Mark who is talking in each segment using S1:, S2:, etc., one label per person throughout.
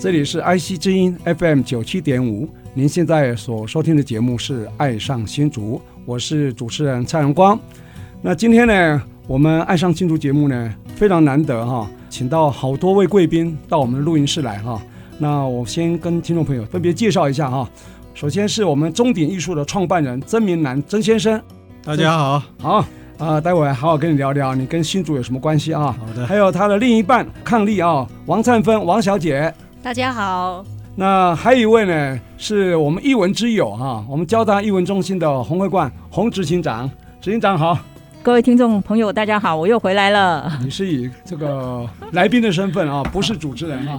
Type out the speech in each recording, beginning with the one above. S1: 这里是 IC 之音 FM 九七点五，您现在所收听的节目是《爱上新竹》，我是主持人蔡荣光。那今天呢，我们《爱上新竹》节目呢非常难得哈、请到好多位贵宾到我们的录音室来哈、那我先跟听众朋友分别介绍一下哈、首先是我们中鼎艺术的创办人曾明南曾先生，
S2: 大家好，
S1: 好啊、待会儿好好跟你聊聊你跟新竹有什么关系啊？
S2: 好的
S1: 还有他的另一半伉俪啊，王灿芬王小姐。
S3: 大家好，
S1: 那还有一位呢，是我们艺文之友哈、我们交大艺文中心的洪会冠洪执行长，执行长好，
S4: 各位听众朋友，大家好，我又回来了，
S1: 你是以这个来宾的身份啊，不是主持人啊。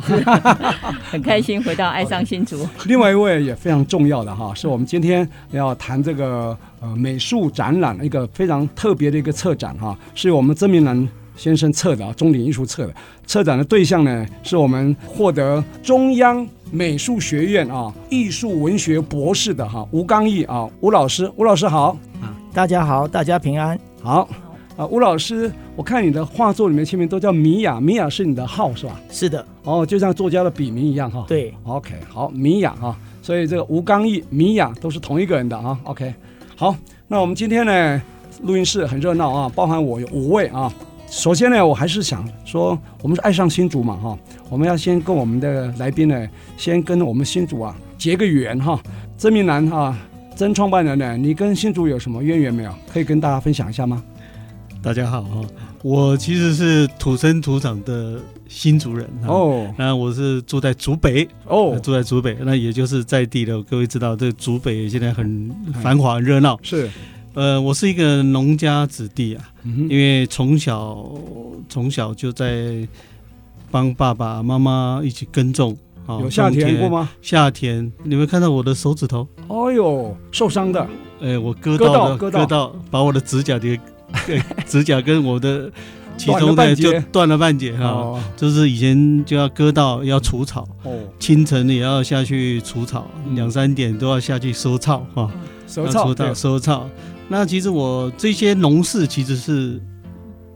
S4: 很开心回到爱上新竹。
S1: 另外一位也非常重要的哈，是我们今天要谈这个呃美术展览一个非常特别的一个策展哈，是我们曾明兰先生策的啊，中鼎艺术策的。策展的对象呢，是我们获得中央美术学院啊艺术文学博士的哈吴刚毅啊吴老师，吴老师好，
S5: 大家好，大家平安。
S1: 好。啊，吴老师，我看你的画作里面签名都叫米雅，米雅是你的号是吧？
S5: 是的，
S1: 哦，就像作家的笔名一样哈。
S5: 对，
S1: OK，好，米雅啊，所以这个吴刚毅、米雅都是同一个人的啊。OK，好，那我们今天呢，录音室很热闹啊，包含我有五位啊。首先呢，我还是想说，我们是爱上新竹嘛哈、我们要先跟我们的来宾呢，先跟我们新竹啊结个缘哈、曾明南啊，曾创办人呢，你跟新竹有什么渊源没有？可以跟大家分享一下吗？
S2: 大家好哈，我其实是土生土长的新竹人哈，
S1: 哦
S2: 那我是住在竹北，
S1: 哦，
S2: 住在竹北，那也就是在地的，各位知道，这个竹北现在很
S1: 哎
S2: 繁华、很热闹。
S1: 是，
S2: 呃，我是一个农家子弟啊，
S1: 嗯
S2: 因
S1: 哼，
S2: 为从小从小就在帮爸爸妈妈一起耕种。哦
S1: 有夏
S2: 种
S1: 田过吗？
S2: 夏田，你们看到我的手指头？
S1: 哦呦，受伤的，
S2: 哎，我割
S1: 割到
S2: 到了，
S1: 割
S2: 割
S1: 到
S2: 把我的指甲 给，指甲跟我的其
S1: 断了
S2: 中
S1: 半
S2: 的
S1: 截
S2: 就断了半截哈。
S1: 哦
S2: 就是以前就要割到，要除草，
S1: 哦，
S2: 清晨也要下去除草，
S1: 嗯
S2: 两三点都要下去收草哈，
S1: 手
S2: 要
S1: 操
S2: 除
S1: 嗯对
S2: 草收草。那其实我这些农事其实是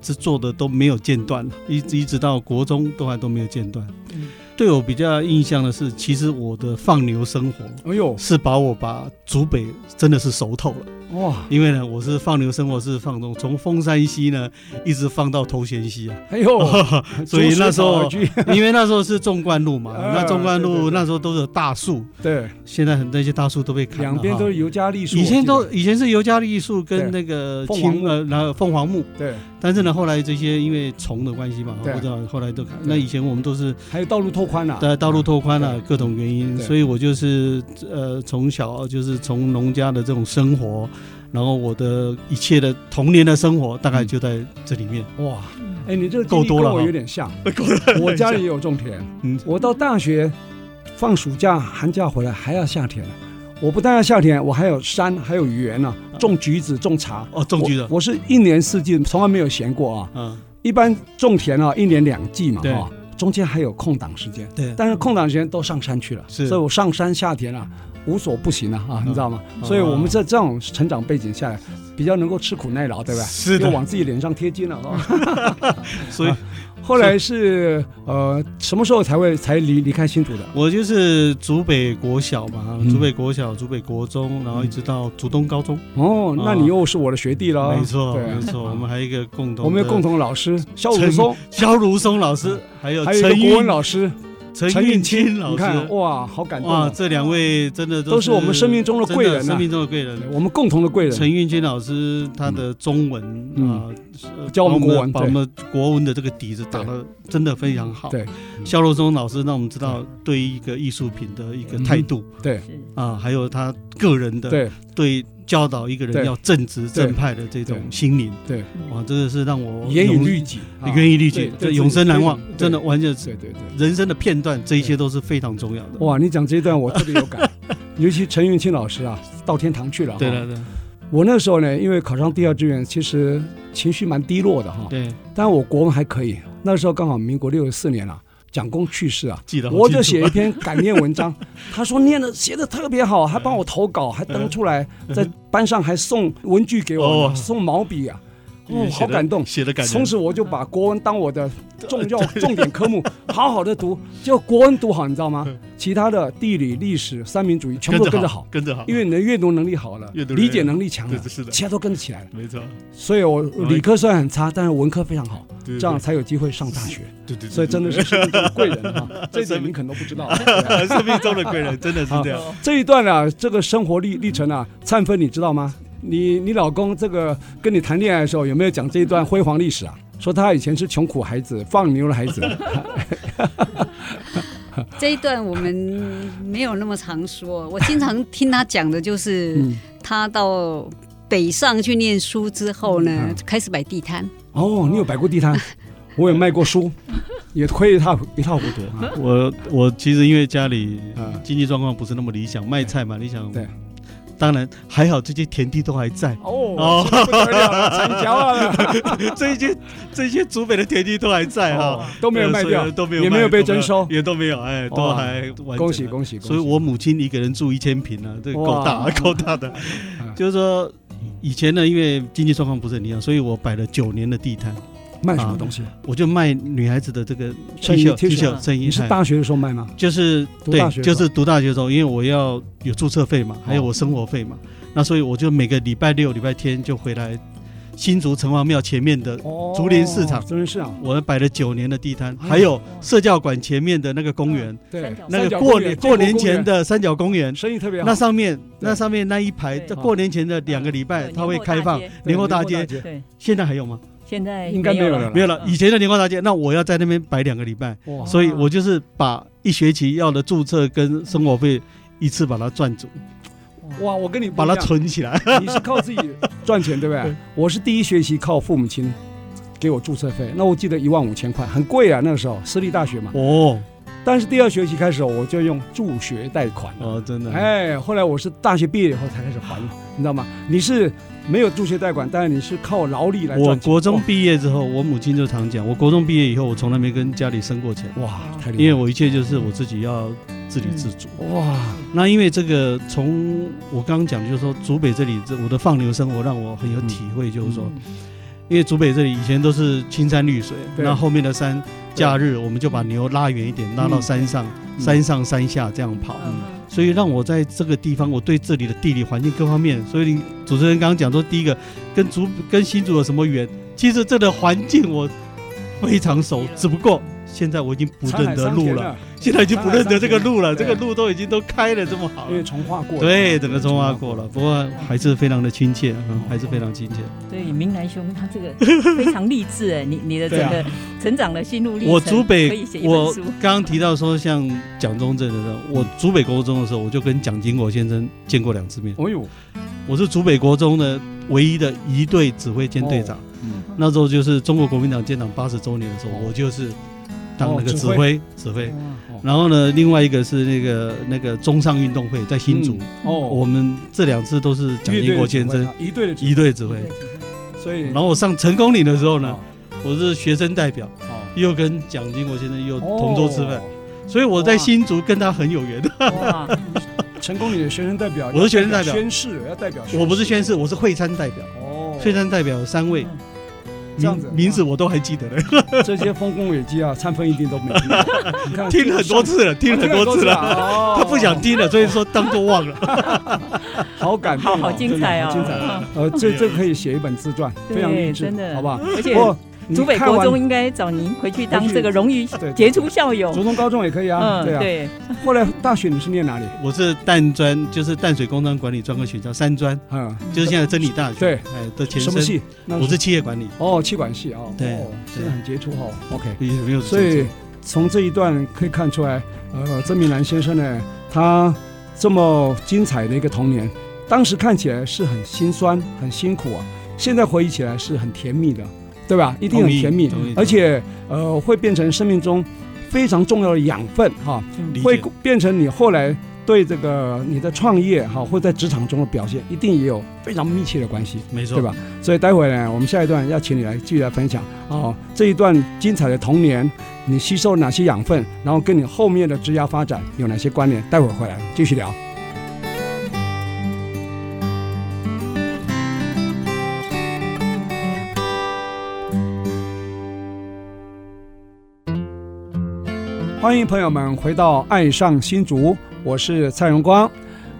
S2: 是做的都没有间断，一直一直到国中都还都没有间断。
S1: 嗯
S2: 对我比较印象的是，其实我的放牛生活
S1: 哎呦，
S2: 是把我把竹北真的是熟透了。
S1: 哇，
S2: 因为呢，我是放牛生活是放纵，从凤山西呢一直放到头前西啊，
S1: 哎呦，
S2: 所以那时候
S1: 诸 事好聚
S2: 因为那时候是纵贯 路嘛，
S1: 啊
S2: 那纵贯
S1: 对对
S2: 路
S1: 对
S2: 那时候都有大树，
S1: 对，
S2: 现在很那些大树都被砍了哈，
S1: 两边都是尤加利树，
S2: 以前
S1: 我
S2: 都
S1: 记
S2: 以前是尤加利树
S1: 对
S2: 跟那个
S1: 凤凰
S2: 青
S1: 木
S2: 呃然后凤凰木，
S1: 得对，
S2: 但是呢后来这些因为虫的关系嘛，
S1: 对
S2: 不知道后来都砍。
S1: 对
S2: 那以前我们都是
S1: 还有道路拓宽了，啊
S2: 在道路拓宽了、
S1: 嗯对
S2: 各种原因，
S1: 对
S2: 所以我就是呃从小就是从农家的这种生活，然后我的一切的童年的生活大概就在这里面。
S1: 哇，哎，你这个经
S2: 够
S1: 历
S2: 多了
S1: 跟我
S2: 哈
S1: 有点 像，我家里也有种田，
S2: 嗯
S1: 我到大学放暑假、寒假回来还要下田，我不但要下田，我还有山，还有园呢，种橘子、种茶。
S2: 哦，啊种橘
S1: 嗯我
S2: 的，
S1: 我是一年四季从来没有闲过啊。
S2: 嗯，
S1: 一般种田啊，一年两季嘛，
S2: 对
S1: 哈，中间还有空档时间。
S2: 对，
S1: 但是空档时间都上山去了，所
S2: 是
S1: 以我上山下田啊，无所不行啊，啊，你知道吗？
S2: 嗯
S1: 所以我们在这种成长背景下来，比较能够吃苦耐劳，对不对？
S2: 是
S1: 又
S2: 的，
S1: 往自己脸上贴金了啊。
S2: 所 以
S1: 嗯后来是呃什么时候才会才离离开新竹的？
S2: 我就是竹北国小嘛
S1: 嗯，
S2: 竹北国小、竹北国中，然后一直到竹东高中。
S1: 哦，那
S2: 啊
S1: 你又是我的学弟了，
S2: 没
S1: 嗯
S2: 错，
S1: 对
S2: 没错，我们还有一个共同，
S1: 我们有共同的老师肖武
S2: 陈
S1: 松，
S2: 萧如松老师，还有
S1: 还有一
S2: 陈
S1: 个国文
S2: 韵
S1: 老师
S2: 陈韵清
S1: 你
S2: 老
S1: 看
S2: 师。
S1: 哇，好感动
S2: 哇，
S1: 啊！
S2: 这两位真的
S1: 都是我们生命中的贵人啊
S2: 真生命中的贵人
S1: 对。我们共同的贵人，
S2: 陈运军老师他的中文啊、呃
S1: 教我们国文
S2: 把我们把我们国文的这个底子打得真的非常好。
S1: 对，嗯
S2: 肖若松老师让我们知道对一个艺术品的一个态度
S1: 对
S2: 啊，还有他个人的
S1: 对
S2: 对教导一个人
S1: 对
S2: 要正直正派的这种
S1: 对
S2: 心灵，
S1: 对，
S2: 哇，真的是让我
S1: 严以
S2: 永
S1: 律己，啊
S2: 严以律己
S1: 对，对
S2: 这
S1: 自己
S2: 永生难忘
S1: 非常，
S2: 真的完全是
S1: 对对对。
S2: 人生的片段，这一些都是非常重要的。
S1: 哇，你讲这一段我特别有 感，尤其陈云清老师啊，到天堂去了。
S2: 对了，对了
S1: 我那时候呢，因为考上第二志愿，其实情绪蛮低落的哈。
S2: 对，
S1: 但我国文还可以，那时候刚好民国六十四年了、啊蒋公去世啊，
S2: 记得好
S1: 我
S2: 清
S1: 就
S2: 楚
S1: 写一篇感念文 章，他说念的写的特别好，啊还帮我投稿，
S2: 嗯
S1: 还登出来，在班上还送文具给我呢，
S2: 哦
S1: 送毛笔啊，哦
S2: 写，
S1: 好
S2: 得
S1: 感动。
S2: 写的感
S1: 从
S2: 动。
S1: 此我就把国文当我的重要重点 科目，好好的读。就国文读好，你知道吗
S2: 嗯？
S1: 其他的地理、历史、三民主义全部都跟着好，，
S2: 跟着好，
S1: 因为你的阅读能力好了，
S2: 阅读能力
S1: 理解能力强
S2: 对
S1: 了
S2: 这，是的，
S1: 其他都跟得起来了。
S2: 没错，
S1: 所以我理科虽然很差，但是文科非常好，
S2: 对
S1: 这样，才有机会上大学。
S2: 对对对对，
S1: 所以真的是生命中的贵人 啊，这一
S2: 生
S1: 点
S2: 命
S1: 你可能都不知道。
S2: 对生命中的贵人，真的是这样。
S1: 这一段啊，这个生活历历程啊，灿芬你知道吗？你你老公这个跟你谈恋爱的时候，有没有讲这一段辉煌历史啊？说他以前是穷苦孩子，放牛的孩 子，
S3: 这一段我们没有那么常说，我经常听他讲的就是、
S1: 嗯，
S3: 他到北上去念书之后呢，
S1: 嗯
S3: 开始摆地摊，
S1: 哦，你有摆过地摊，我也卖过书，也亏一塌一塌糊涂啊，
S2: 我我其实因为家里
S1: 嗯
S2: 经济状况不是那么理想，卖菜嘛，理想
S1: 对。，
S2: 当然还好，这些田地都还在
S1: 哦，不得了了，成交了，
S2: 这些这些祖北的田地都还在
S1: 哦
S2: 哈，
S1: 都没有
S2: 呃
S1: 卖掉
S2: 所以都没有
S1: 也
S2: 卖
S1: 没有被
S2: 都
S1: 征收
S2: 也都没有，哎，都
S1: 哇
S2: 还完整
S1: 恭喜
S2: 啊
S1: 恭喜恭喜！
S2: 所以我母亲一个人住一千平啊，这个够大、
S1: 哇
S2: 啊，够大的。就是说，以前呢，因为经济状况不是很理想，所以我摆了九年的地摊，
S1: 卖什么东西？
S2: 我就卖女孩子的这个 T
S1: 衬衣
S2: 恤、
S1: T 恤
S2: 恤、衬衣。
S1: 你是
S2: 哎
S1: 大学的时候卖吗？
S2: 就是
S1: 读
S2: 对
S1: 大学，的时
S2: 就
S1: 候
S2: 是读大学的时候，因为我要有注册费嘛，还有
S1: 哦
S2: 我生活费嘛，那所以我就每个礼拜六、礼拜天就回来新竹城隍庙前面的，
S1: 哦哎
S2: 竹林市场
S1: 竹林市场，
S2: 我摆了九年的地摊，还有社教馆前面的那个公园，
S1: 对，
S2: 那
S1: 哦三角
S2: 个
S1: 公
S2: 过
S1: 园
S2: 年过年
S1: 建国公园
S2: 前的三角公园，
S1: 生意特别好。
S2: 那上面
S1: 对啊
S2: 那上面那一排，
S4: 对
S2: 在过年前的两个礼
S1: 哦
S2: 拜，它会开放
S4: 年货大街
S2: 年
S1: 对
S2: 货大街。
S1: 年货嗯
S4: 对，
S2: 现在还有吗？
S4: 现在
S1: 应该没有了
S2: 没有了。
S4: 嗯
S2: 以前的年货大街，那我要在那边摆两个礼拜，
S1: 大街哇，
S2: 所以我就是把一学期要的注册跟生活费一次把它赚足，
S1: 哇，我跟你不
S2: 把
S1: 一
S2: 它
S1: 样
S2: 存起 来。
S1: 你是靠自己赚钱，对不对
S2: 对？
S1: 我是第一学期靠父母亲给我注册费，那我记得一万五千块，很贵啊，那个时候私立大学嘛。
S2: 哦，
S1: 但是第二学期开始，我就用助学贷款了。
S2: 哦，真的。
S1: 哎，后来我是大学毕业以后才开始还，你知道吗？你是没有助学贷款，但是你是靠劳力来
S2: 我
S1: 赚钱。
S2: 国中毕业之后，我母亲就常讲，我国中毕业以后，我从来没跟家里生过钱，
S1: 哇，太
S2: 因
S1: 厉
S2: 为
S1: 害了！
S2: 我一切就是我自己要自给自足。
S1: 哇，
S2: 那因为这个，从我刚刚讲，就是说竹北这里，这我的放牛生活让我很有体
S1: 嗯
S2: 会，就是说，因为竹北这里以前都是青山绿水，
S1: 对
S2: 那后面的山，假日我们就把牛拉远一点，拉到山上，
S1: 嗯
S2: 山上山下这样跑。所以让我在这个地方，我对这里的地理环境各方面，所以你主持人刚刚讲说，第一个跟竹跟新竹有什么缘？其实这个环境我非常熟，只不过现在我已经不
S1: 沧海
S2: 认得
S1: 桑
S2: 路
S1: 田
S2: 了。
S1: 啊，
S2: 现在已经不认得这个路了，
S1: 对
S2: 这个路都已经都开了这么好
S1: 因为
S2: 了。
S1: 重划过了。
S2: 对，整个中华过了，不过还是非常的亲切，嗯，还是非常亲切。
S4: 对，明南兄他 这个非常励志哎，你你的整
S1: 对啊
S4: 个成长的心路历程，
S2: 我竹
S4: 可以
S2: 北
S4: 写，一本
S2: 我
S4: 书嗯
S2: 刚刚提到说像蒋中正的时候，我竹北国中的时候，我就跟蒋经国先生见过两次面。
S1: 哦呦，
S2: 我是竹北国中的唯一的一队指挥兼队长，
S4: 哦
S1: 嗯
S2: 那时候就是中国国民党建党八十周年的时候，
S1: 哦
S2: 我就是当那
S1: 哦
S2: 个
S1: 指
S2: 指
S1: 挥
S2: 挥哦指挥。
S1: 哦
S2: 然后呢，另外一个是那个那个中上运动会在新竹，
S1: 哦，
S2: 我们这两次都是蒋
S1: 乐队
S2: 经
S1: 的
S2: 国
S1: 指
S2: 先
S1: 挥
S2: 生
S1: 啊一队的指
S2: 一队指挥。
S1: 挥，所以
S2: 然后我上成功岭的时候呢
S1: 哦，
S2: 我是学生代表，
S1: 哦
S2: 又跟蒋经国先生又同桌吃饭，
S1: 哦
S2: 所以我在新竹跟他很有缘的。
S4: 哇，
S1: 成功你的学生代表，
S2: 我是学生代表
S1: 宣誓要代表宣誓，
S2: 我不是宣誓，我是会餐代表，
S1: 哦，
S2: 会餐代表有三位
S4: 嗯，
S1: 这样子哦
S2: 名名字我都还记得了，
S1: 这些丰功伟绩啊，参分一定都没听过，你看
S2: 听了很多，次了，听
S1: 上
S2: 了
S1: 啊
S2: 很多次了。
S1: 哦了
S2: 他不想，听了，所以说当做忘了。
S1: 哦好感动
S4: 好
S1: 哦，
S4: 好精彩哦，
S1: 真的好精彩。呃，这这可以写一本自传，
S4: 对
S1: 非常励志，
S4: 真的
S1: 好不好？
S4: 哦而且
S1: 不过你
S4: 竹北
S1: 看
S4: 国
S1: 完
S4: 中应该找您回去当
S1: 回去
S4: 这个荣誉
S1: 对
S4: 杰出校友
S1: 竹，中高中也可以啊，
S4: 嗯，
S1: 对啊。
S4: 对，
S1: 后来大学你是念哪里？
S2: 我是淡专，就是淡水工商管理专科学校，三专
S1: 嗯，
S2: 就是现在真理大学，
S1: 对
S2: 哎的前
S1: 什么
S2: 身。
S1: 系？那
S2: 我是企业管理，
S1: 哦，气管系啊，
S2: 对
S1: 哦
S2: 对
S1: 真的很杰出哦。OK，
S2: 也没有
S1: 所以从这一段可以看出来，呃，曾明兰先生呢，他这么精彩的一个童年，当时看起来是很心酸、很辛苦啊，现在回忆起来是很甜蜜的，对吧？一定很甜蜜
S2: 同意同意，
S1: 而且呃，会变成生命中非常重要的养分哈、
S2: 理
S1: 会
S2: 解
S1: 变成你后来对这个你的创业哈，或在职场中的表现，一定也有非常密切的关系，
S2: 没错，
S1: 对？吧？所以待会呢，我们下一段要请你来继续来分享哦，这一段精彩的童年，你吸收了哪些养分，然后跟你后面的职业发展有哪些关联？待会儿回来继续聊。欢迎朋友们回到《爱上新竹》，我是蔡荣光。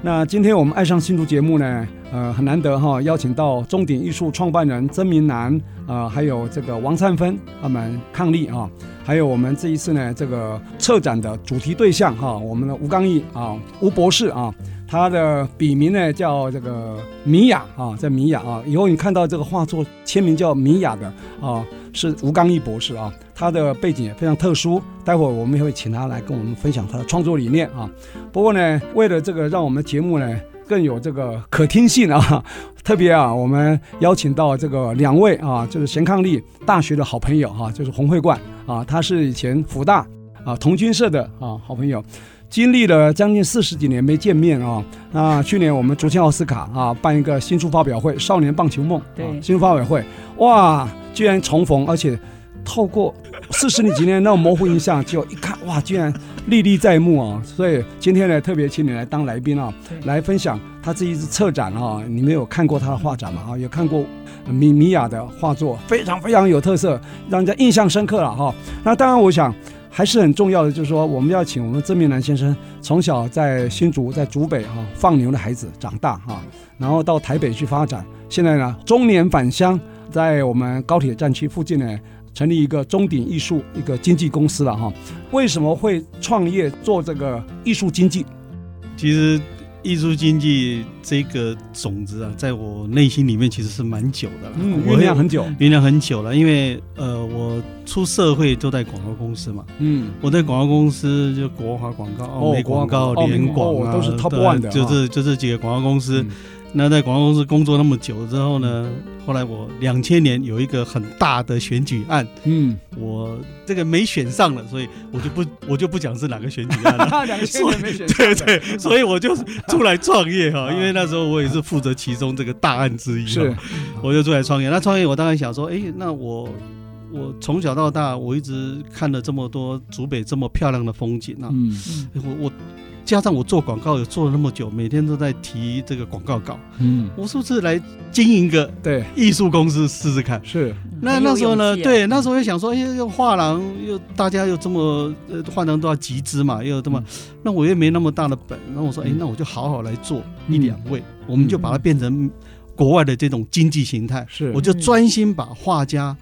S1: 那今天我们《爱上新竹》节目呢，呃，很难得哈，邀请到中鼎艺术创办人曾明南，呃，还有这个王灿芬他们伉俪啊，还有我们这一次呢这个策展的主题对象哈、我们的吴刚毅啊，吴博士啊。他的笔名呢叫这个米雅啊，在米雅啊，以后你看到这个画作签名叫米雅的啊，是吴刚毅博士啊，他的背景也非常特殊，待会儿我们也会请他来跟我们分享他的创作理念啊。不过呢，为了这个让我们节目呢更有这个可听性啊， 特别啊，我们邀请到这个两位啊，就是贤伉俪大学的好朋友哈、就是洪慧冠啊，他是以前福大啊同军社的啊好朋友。经历了将近四十几年没见面啊，那去年我们竹签奥斯卡啊办一个新书发表会《少年棒球梦》
S4: 对
S1: 啊、新书发表会，哇，居然重逢，而且透过四十几年那种模糊印象，就一看哇，居然历历在目啊！所以今天呢，特别请你来当来宾啊，来分享他这一次策展啊，你们有看过他的画展吗？啊，有看过米米娅的画作，非常非常有特色，让人家印象深刻了哈、那当然，我想还是很重要的，就是说我们要请我们曾明南先生，从小在新竹在竹北哈、放牛的孩子长大哈、然后到台北去发展，现在呢中年返乡，在我们高铁站区附近呢。成立一个中鼎艺术一个经纪公司了哈，为什么会创业做这个艺术经济？
S2: 其实艺术经济这个种子啊，在我内心里面其实是蛮久的啦，
S1: 嗯，
S2: 我
S1: 酝酿很久，
S2: 酝酿很久了，因为呃，我出社会都在广告公司嘛，
S1: 嗯，
S2: 我在广告公司就国华广告、
S1: 哦
S2: 澳美广
S1: 国华
S2: 告、
S1: 广告
S2: 联广
S1: 哦
S2: 啊，
S1: 都是 top
S2: 对
S1: one 的啊
S2: 就这就这几个广告公司。
S1: 嗯
S2: 那在广告公司工作那么久之后呢，后来我两千年有一个很大的选举案，
S1: 嗯，
S2: 我这个没选上了，所以我就不 我就不讲是哪个选举案 了。
S1: 两千年没选上，
S2: 对对，所以我就出来创业哈，
S1: 啊
S2: 因为那时候我也是负责其中这个大案之一，
S1: 是，
S2: 我就出来创业。那创业我当然想说，哎，那我我从小到大我一直看了这么多竹北这么漂亮的风景啊，
S1: 嗯
S2: 我我加上我做广告也做了那么久，每天都在提这个广告稿，
S1: 嗯，
S2: 我是不是来经营个
S1: 对，
S2: 艺术公司试试看？
S1: 是，
S2: 那
S4: 嗯很有
S2: 那时候呢，
S4: 勇气啊
S2: 对，那时候也想说，哎，又画廊又大家又这么，呃，画廊都要集资嘛，又这么，
S4: 嗯
S2: 那我又没那么大的本，那我说，哎，那我就好好来做
S4: 嗯
S2: 一两位，我们就把它变成国外的这种经济形态，
S1: 是，
S2: 我就专心把画家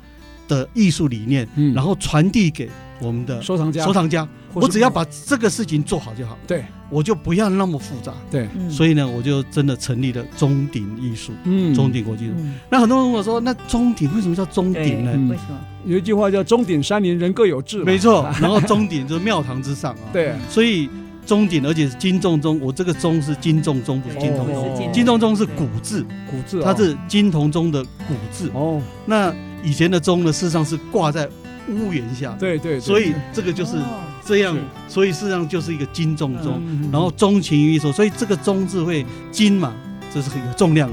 S2: 的艺术理念，
S1: 嗯
S2: 然后传递给我们的
S1: 收藏家，
S2: 收藏家，
S1: 或是
S2: 我只要把这个事情做好就好，
S1: 对
S2: 我就不要那么复杂，
S1: 对，
S4: 嗯
S2: 所以呢，我就真的成立了中鼎艺术，
S1: 嗯
S2: 中鼎国际艺术。
S4: 嗯
S2: 那很多人问我说，那中鼎为什么叫中鼎呢
S4: 对？
S1: 嗯
S4: 为什么？
S1: 有一句话叫“终点山林人各有志”，
S2: 没，错，然后终点就是庙堂之上啊。，
S1: 对，
S2: 所以终点，而且是金仲钟，我这个钟是金仲钟，不是金
S1: 铜
S2: 铜
S1: 钟
S2: 钟。
S4: 是
S2: 金
S4: 铜
S2: 仲钟是古字，
S1: 古字哦，
S2: 它是金铜钟的古字。
S1: 哦，
S2: 那以前的钟呢，事实上是挂在屋檐下，
S1: 对对，对
S2: 所以这个就是
S4: 哦
S2: 这样
S4: 是，
S2: 所以事实上就是一个金仲钟，
S1: 嗯
S2: 然后钟情于一首，所以这个钟字会金嘛，这是很有重量，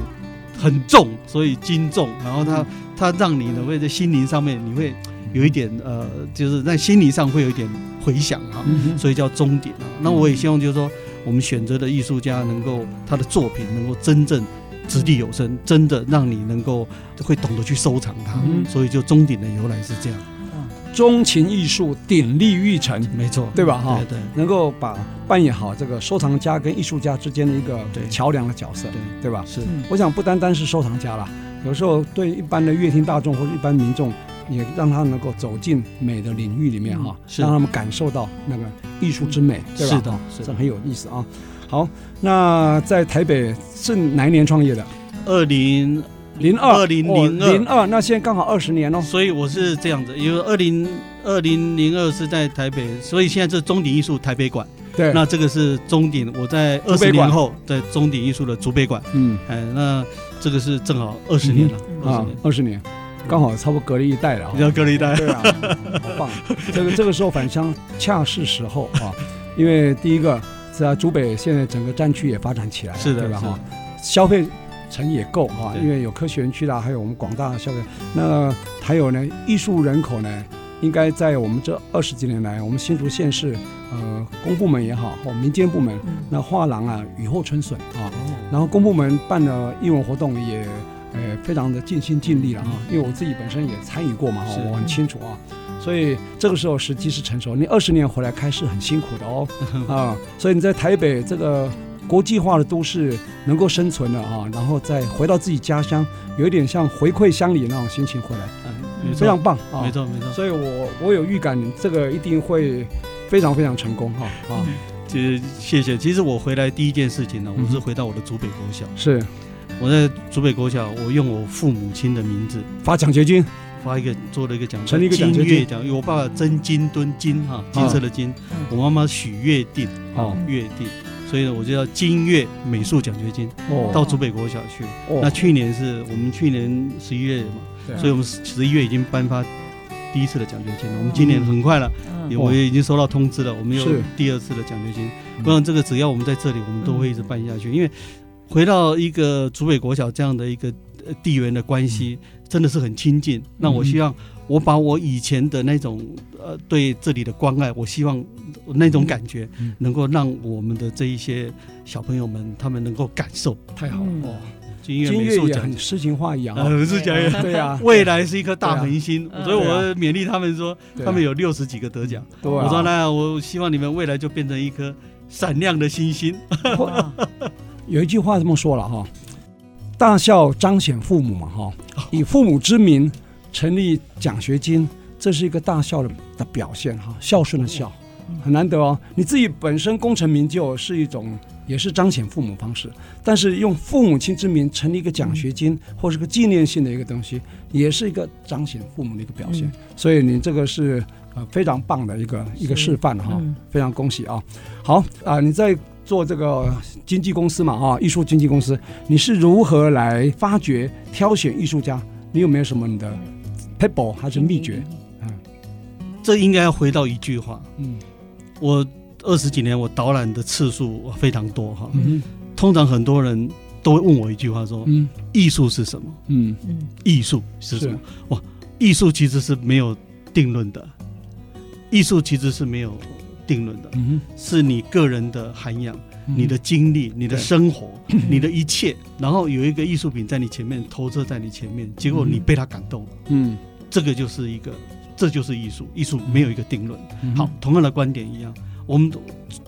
S2: 很重，所以金重，然后
S1: 嗯
S2: 它它让你呢会在心灵上面你会有一点呃，就是在心灵上会有一点回响啊，
S1: 嗯
S2: 所以叫终点啊。那我也希望就是说，我们选择的艺术家能够他的作品能够真正掷地有声，真的让你能够会懂得去收藏它。
S1: 嗯
S2: 所以就终点的由来是这样，
S1: 钟情艺术鼎立玉成，
S2: 没错，
S1: 对吧？哈
S2: 对，对
S1: 能够把扮演好这个收藏家跟艺术家之间的一个
S2: 对
S1: 桥梁的角色，
S2: 对
S1: 对吧？
S2: 是。
S1: 我想不单单是收藏家啦，有时候对一般的乐听大众或者一般民众，也让他能够走进美的领域里面哈、
S2: 嗯是嗯
S1: 让他们感受到那个艺术之美，对吧？
S2: 是的，是
S1: 这
S2: 的。
S1: 很有意思啊。好，那在台北是哪一年创业的？
S2: 二零
S1: 零二哦
S2: 2002
S1: 零二，那现在刚好二十年哦。
S2: 所以我是这样子，因为二零二零零二是在台北，所以现在是中鼎艺术台北馆。
S1: 对，
S2: 那这个是中鼎，我在二
S1: 竹北
S2: 十
S1: 馆
S2: 年后在中鼎艺术的竹北馆。
S1: 嗯
S2: 哎，那这个是正好二十年了，二十、
S1: 啊
S2: 年，，
S1: 二十年，刚好差不多隔了一代了啊
S2: 比。较隔离带。
S1: 对啊，好棒！这个这个时候返乡恰是时候啊，因为第一个是啊，竹北现在整个战区也发展起来了，
S2: 是的
S1: 对吧？
S2: 是的
S1: 哈，消费层也够啊，
S2: 对
S1: 因为有科学园区啦，还有我们广大的消费，那还有呢，艺术人口呢。应该在我们这二十几年来，我们新竹县市，呃，公部门也好，或民间部门，
S4: 嗯，
S1: 那画廊啊，雨后春笋啊，然后公部门办了艺文活动也，呃，非常的尽心尽力了啊，因为我自己本身也参与过嘛，哈
S2: 嗯是
S1: 我很清楚啊，所以这个时候时机是成熟，你二十年回来开是很辛苦的哦，
S2: 嗯
S1: 啊，所以你在台北这个国际化的都市能够生存了啊，然后再回到自己家乡，有一点像回馈乡里那种心情回来，
S2: 嗯没
S1: 非常
S2: 错，
S1: 棒啊
S2: 没，错，没错。
S1: 所以我我有预感这个一定会非常非常成功哈啊，
S2: 嗯其实谢谢。其实我回来第一件事情呢，
S1: 嗯
S2: 我
S1: 哼
S2: 是回到我的竹北国小。
S1: 是
S2: 我在竹北国小，我用我父母亲的名字
S1: 发奖学金，
S2: 发一个做了一个奖，
S1: 成立一个奖
S2: 金
S1: 学金
S2: 月奖，因为我爸爸真金敦金哈，金色的金，我妈妈许月定
S1: 哦
S2: 月定，所以呢，我就叫金月美术奖学金
S1: 哦
S2: 到竹北国小去。
S1: 哦
S2: 那去年是我们去年十一月嘛，
S1: 对
S2: 所以我们十一月已经颁发第一次的奖学金了。我们今年很快了，
S4: 嗯
S2: 也我也已经收到通知了，我们有
S1: 是
S2: 第二次的奖学金
S1: 嗯。
S2: 我想这个只要我们在这里，我们都会一直办下去，因为回到一个竹北国小这样的一个呃地缘的关系，
S1: 嗯
S2: 真的是很亲近。那我希望我把我以前的那种呃对这里的关爱，我希望那种感觉
S1: 嗯
S2: 能够让我们的这一些小朋友们他们能够感受
S1: 太好了
S4: 嗯
S1: 哦。
S2: 金乐
S1: 金
S2: 美
S1: 月
S2: 术
S1: 也
S2: 奖
S1: 很。诗情画意啊，
S2: 呃， 是讲
S1: 对啊呀，
S2: 未来是一颗大恒星，
S4: 对啊
S2: 所以
S1: 嗯对
S2: 我勉励他们说，
S1: 对啊
S2: 他们有六十几个得奖。
S1: 对啊
S2: 我说那我希望你们未来就变成一颗闪亮的星星。
S1: 有一句话这么说了哈，大孝彰显父母嘛哈，
S2: 哦
S1: 以父母之名成立奖学金，这是一个大孝的的表现哈，孝顺的孝，
S4: 嗯
S1: 很难得哦。你自己本身功成名就是一种，也是彰显父母方式，但是用父母亲之名成立一个奖学金
S4: 嗯
S1: 或是个纪念性的一个东西，也是一个彰显父母的一个表现
S4: 嗯。
S1: 所以你这个是呃非常棒的一个一个示范哈。
S4: 嗯
S1: 非常恭喜啊！好啊、你在做这个经纪公司嘛啊，艺术经纪公司，你是如何来发掘、挑选艺术家？你有没有什么你的 pebble 还是秘诀？
S2: 这应该要回到一句话，
S1: 嗯
S2: 我二十几年我导览的次数非常多哈，
S1: 嗯
S2: 通常很多人都会问我一句话说，
S1: 嗯
S2: 艺术是什么？
S1: 嗯，
S4: 嗯，
S2: 艺术是什么？哇，艺术其实是没有定论的，艺术其实是没有定论的，
S1: 嗯，
S2: 是你个人的涵养。你的经历、你的
S1: 对
S2: 生 活、你的一切，然后有一个艺术品在你前面投射在你前面，结果你被它感动了，
S1: 嗯
S2: 这个就是一个，这就是艺术。艺术没有一个定论。
S1: 嗯
S2: 好，同样的观点一样，我们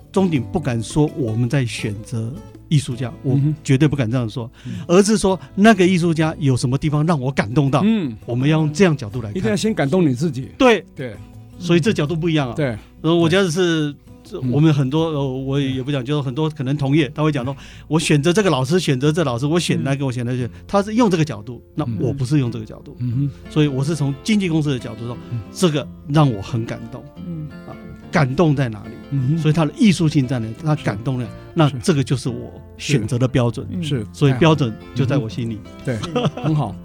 S2: 中鼎不敢说我们在选择艺术家，我
S1: 嗯哼
S2: 绝对不敢这样说
S1: 嗯，
S2: 而是说那个艺术家有什么地方让我感动到，
S1: 嗯，
S2: 我们要用这样角度来
S1: 一定要
S2: 看。
S1: 先感动你自己，
S2: 对，
S1: 对
S2: 所以这角度不一样啊。
S1: 对，
S2: 然后我觉得是。这
S1: 嗯
S2: 我们很多，呃，我也不讲，就是很多可能同业他会
S1: 嗯
S2: 讲说，我选择这个老师，选择这老师，我选那个，我选那个，他是用这个角度，那
S1: 嗯
S2: 我不是用这个角度，
S1: 嗯
S2: 所以我是从经纪公司的角度说
S1: 嗯，
S2: 这个让我很感动，啊
S4: 嗯
S2: 感动在哪里？
S1: 嗯
S2: 所以它的艺术性在哪里？它
S1: 是
S2: 感动了，那
S1: 是
S2: 这个就是我选择的标准，
S4: 嗯
S1: 是，嗯
S2: 所以
S1: 哎
S2: 标准就在我心里。
S1: 很好。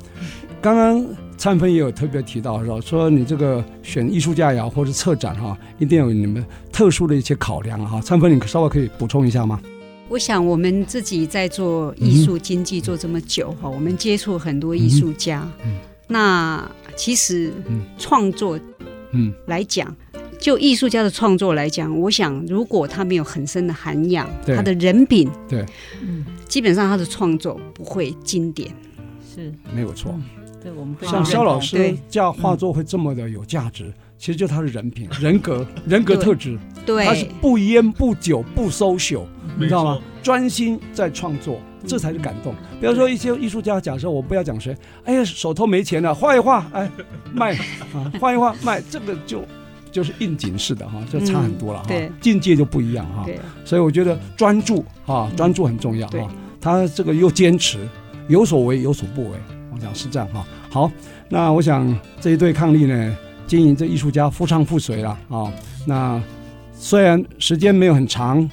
S1: 刚刚灿芬也有特别提到说，说你这个选艺术家呀，或者策展哈、一定有你们特殊的一些考量哈、灿芬，你稍微可以补充一下吗？
S3: 我想我们自己在做艺术经济做这么久哈，我们接触很多艺术家，
S1: 嗯嗯
S3: 那其实
S1: 嗯
S3: 创作
S1: 嗯
S3: 来讲。就艺术家的创作来讲，我想，如果他没有很深的涵养，
S1: 对
S3: 他的人品，
S1: 对，
S4: 嗯，
S3: 基本上他的创作不会经典。
S4: 是，
S1: 没有错。
S4: 对，我们非常
S1: 像
S4: 认
S1: 肖老
S4: 同
S1: 师
S3: 对
S1: 这样画作会这么的有价值，其实就他的人品、人格、人格特质，他是
S3: 对，
S1: 不烟不酒不 social，你知道吗
S2: 没错？嗯
S1: 专心在创作，这才是感动。比如说一些艺术家，假设我不要讲谁，哎呀，手头没钱了，画一画，哎，卖 啊，画一画卖，这个就。就是应景式的哈，就差很多了哈，
S3: 嗯对
S1: 境界就不一样哈。
S3: 对，
S1: 所以我觉得专注啊，专注很重要
S3: 对
S1: 啊。他这个又坚持，有所为有所不为，啊我想是这样哈、好，那我想这一对伉俪呢，经营这艺术家夫唱妇随了啊。那虽然时间没有很长，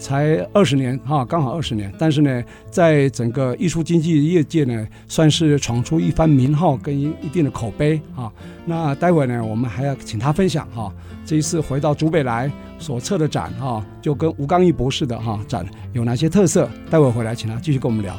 S1: 才二十年哈、刚好二十年，但是呢，在整个艺术经济业界呢，算是闯出一番名号跟一一定的口碑啊。那待会呢，我们还要请他分享哈、这一次回到竹北来所策的展哈、就跟吴刚毅博士的哈、展有哪些特色？待会回来请他继续跟我们聊。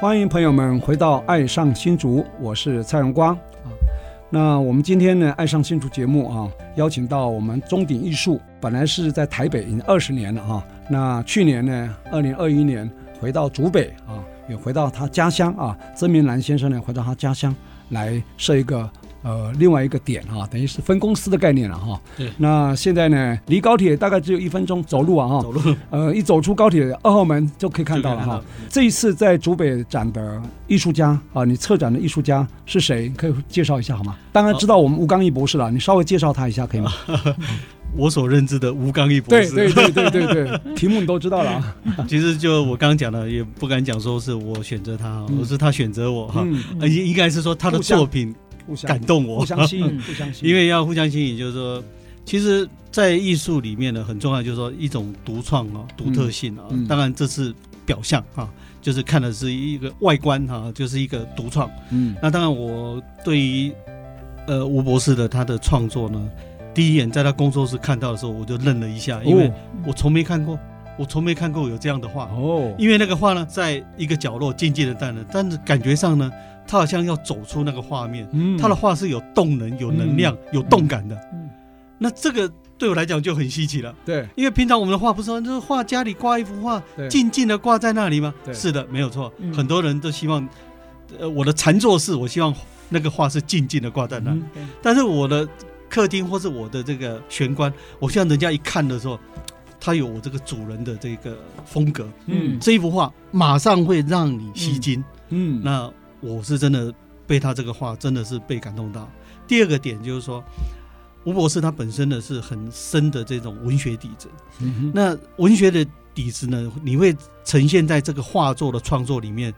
S1: 欢迎朋友们回到《爱上新竹》，我是蔡荣光啊。那我们今天呢，《爱上新竹》节目啊，邀请到我们中鼎艺术，本来是在台北已经二十年了啊。那去年呢，二零二一年回到竹北啊，也回到他家乡啊，曾明兰先生呢回到他家乡来设一个呃另外一个点啊，等于是分公司的概念了哈、啊
S2: 对
S1: 那现在呢，离高铁大概只有一分钟走路啊哈、
S2: 走路
S1: 呃，一走出高铁二号门就可以看到了啊哈。这一次在竹北展的艺术家啊，你策展的艺术家是谁？可以介绍一下好吗？当然知道我们吴刚毅博士了，你稍微介绍他一下可以吗？
S2: 啊我所认知的吴刚毅博
S1: 对
S2: 士，
S1: 对对对对对，题目你都知道了啊。
S2: 其实就我刚刚讲的，也不敢讲说是我选择他哦，
S1: 嗯
S2: 而是他选择我哈。
S1: 嗯，
S2: 呃应应该是说他的
S1: 互相
S2: 作品
S1: 互相
S2: 感动我
S1: 互，相吸 引，互相吸引，
S2: 因为要互相吸引，就是说，其实，在艺术里面呢，很重要就是说一种独创啊、独特性啊。
S1: 嗯
S2: 当然，这是表象啊，就是看的是一个外观啊，就是一个独创。
S1: 嗯
S2: 那当然，我对于呃吴博士的他的创作呢，第一眼在他工作室看到的时候，我就愣了一下，因为我从没看过，我从没看过有这样的画。
S1: 哦，
S2: 因为那个画呢，在一个角落静静的站着，但是感觉上呢，他好像要走出那个画面。
S1: 嗯
S2: 他的画是有动能、有能量、有动感的。
S1: 嗯
S2: 那这个对我来讲就很稀奇了，
S1: 对
S2: 因为平常我们的画不是说就是画家里挂一幅画，
S1: 对
S2: 静静的挂在那里吗
S1: 对？
S2: 是的，没有错。
S4: 嗯
S2: 很多人都希望，呃，我的禅坐室，我希望那个画是静静的挂在那，
S1: 嗯
S2: 但是我的客厅或是我的这个玄关，我希望人家一看的时候。他有我这个主人的这个风格，
S1: 嗯
S2: 这一幅画马上会让你吸睛，
S1: 嗯
S2: 那我是真的被他这个话真的是被感动到。第二个点就是说，吴博士他本身呢是很深的这种文学底子，
S1: 嗯哼
S2: 那文学的底子呢，你会呈现在这个画作的创作里面。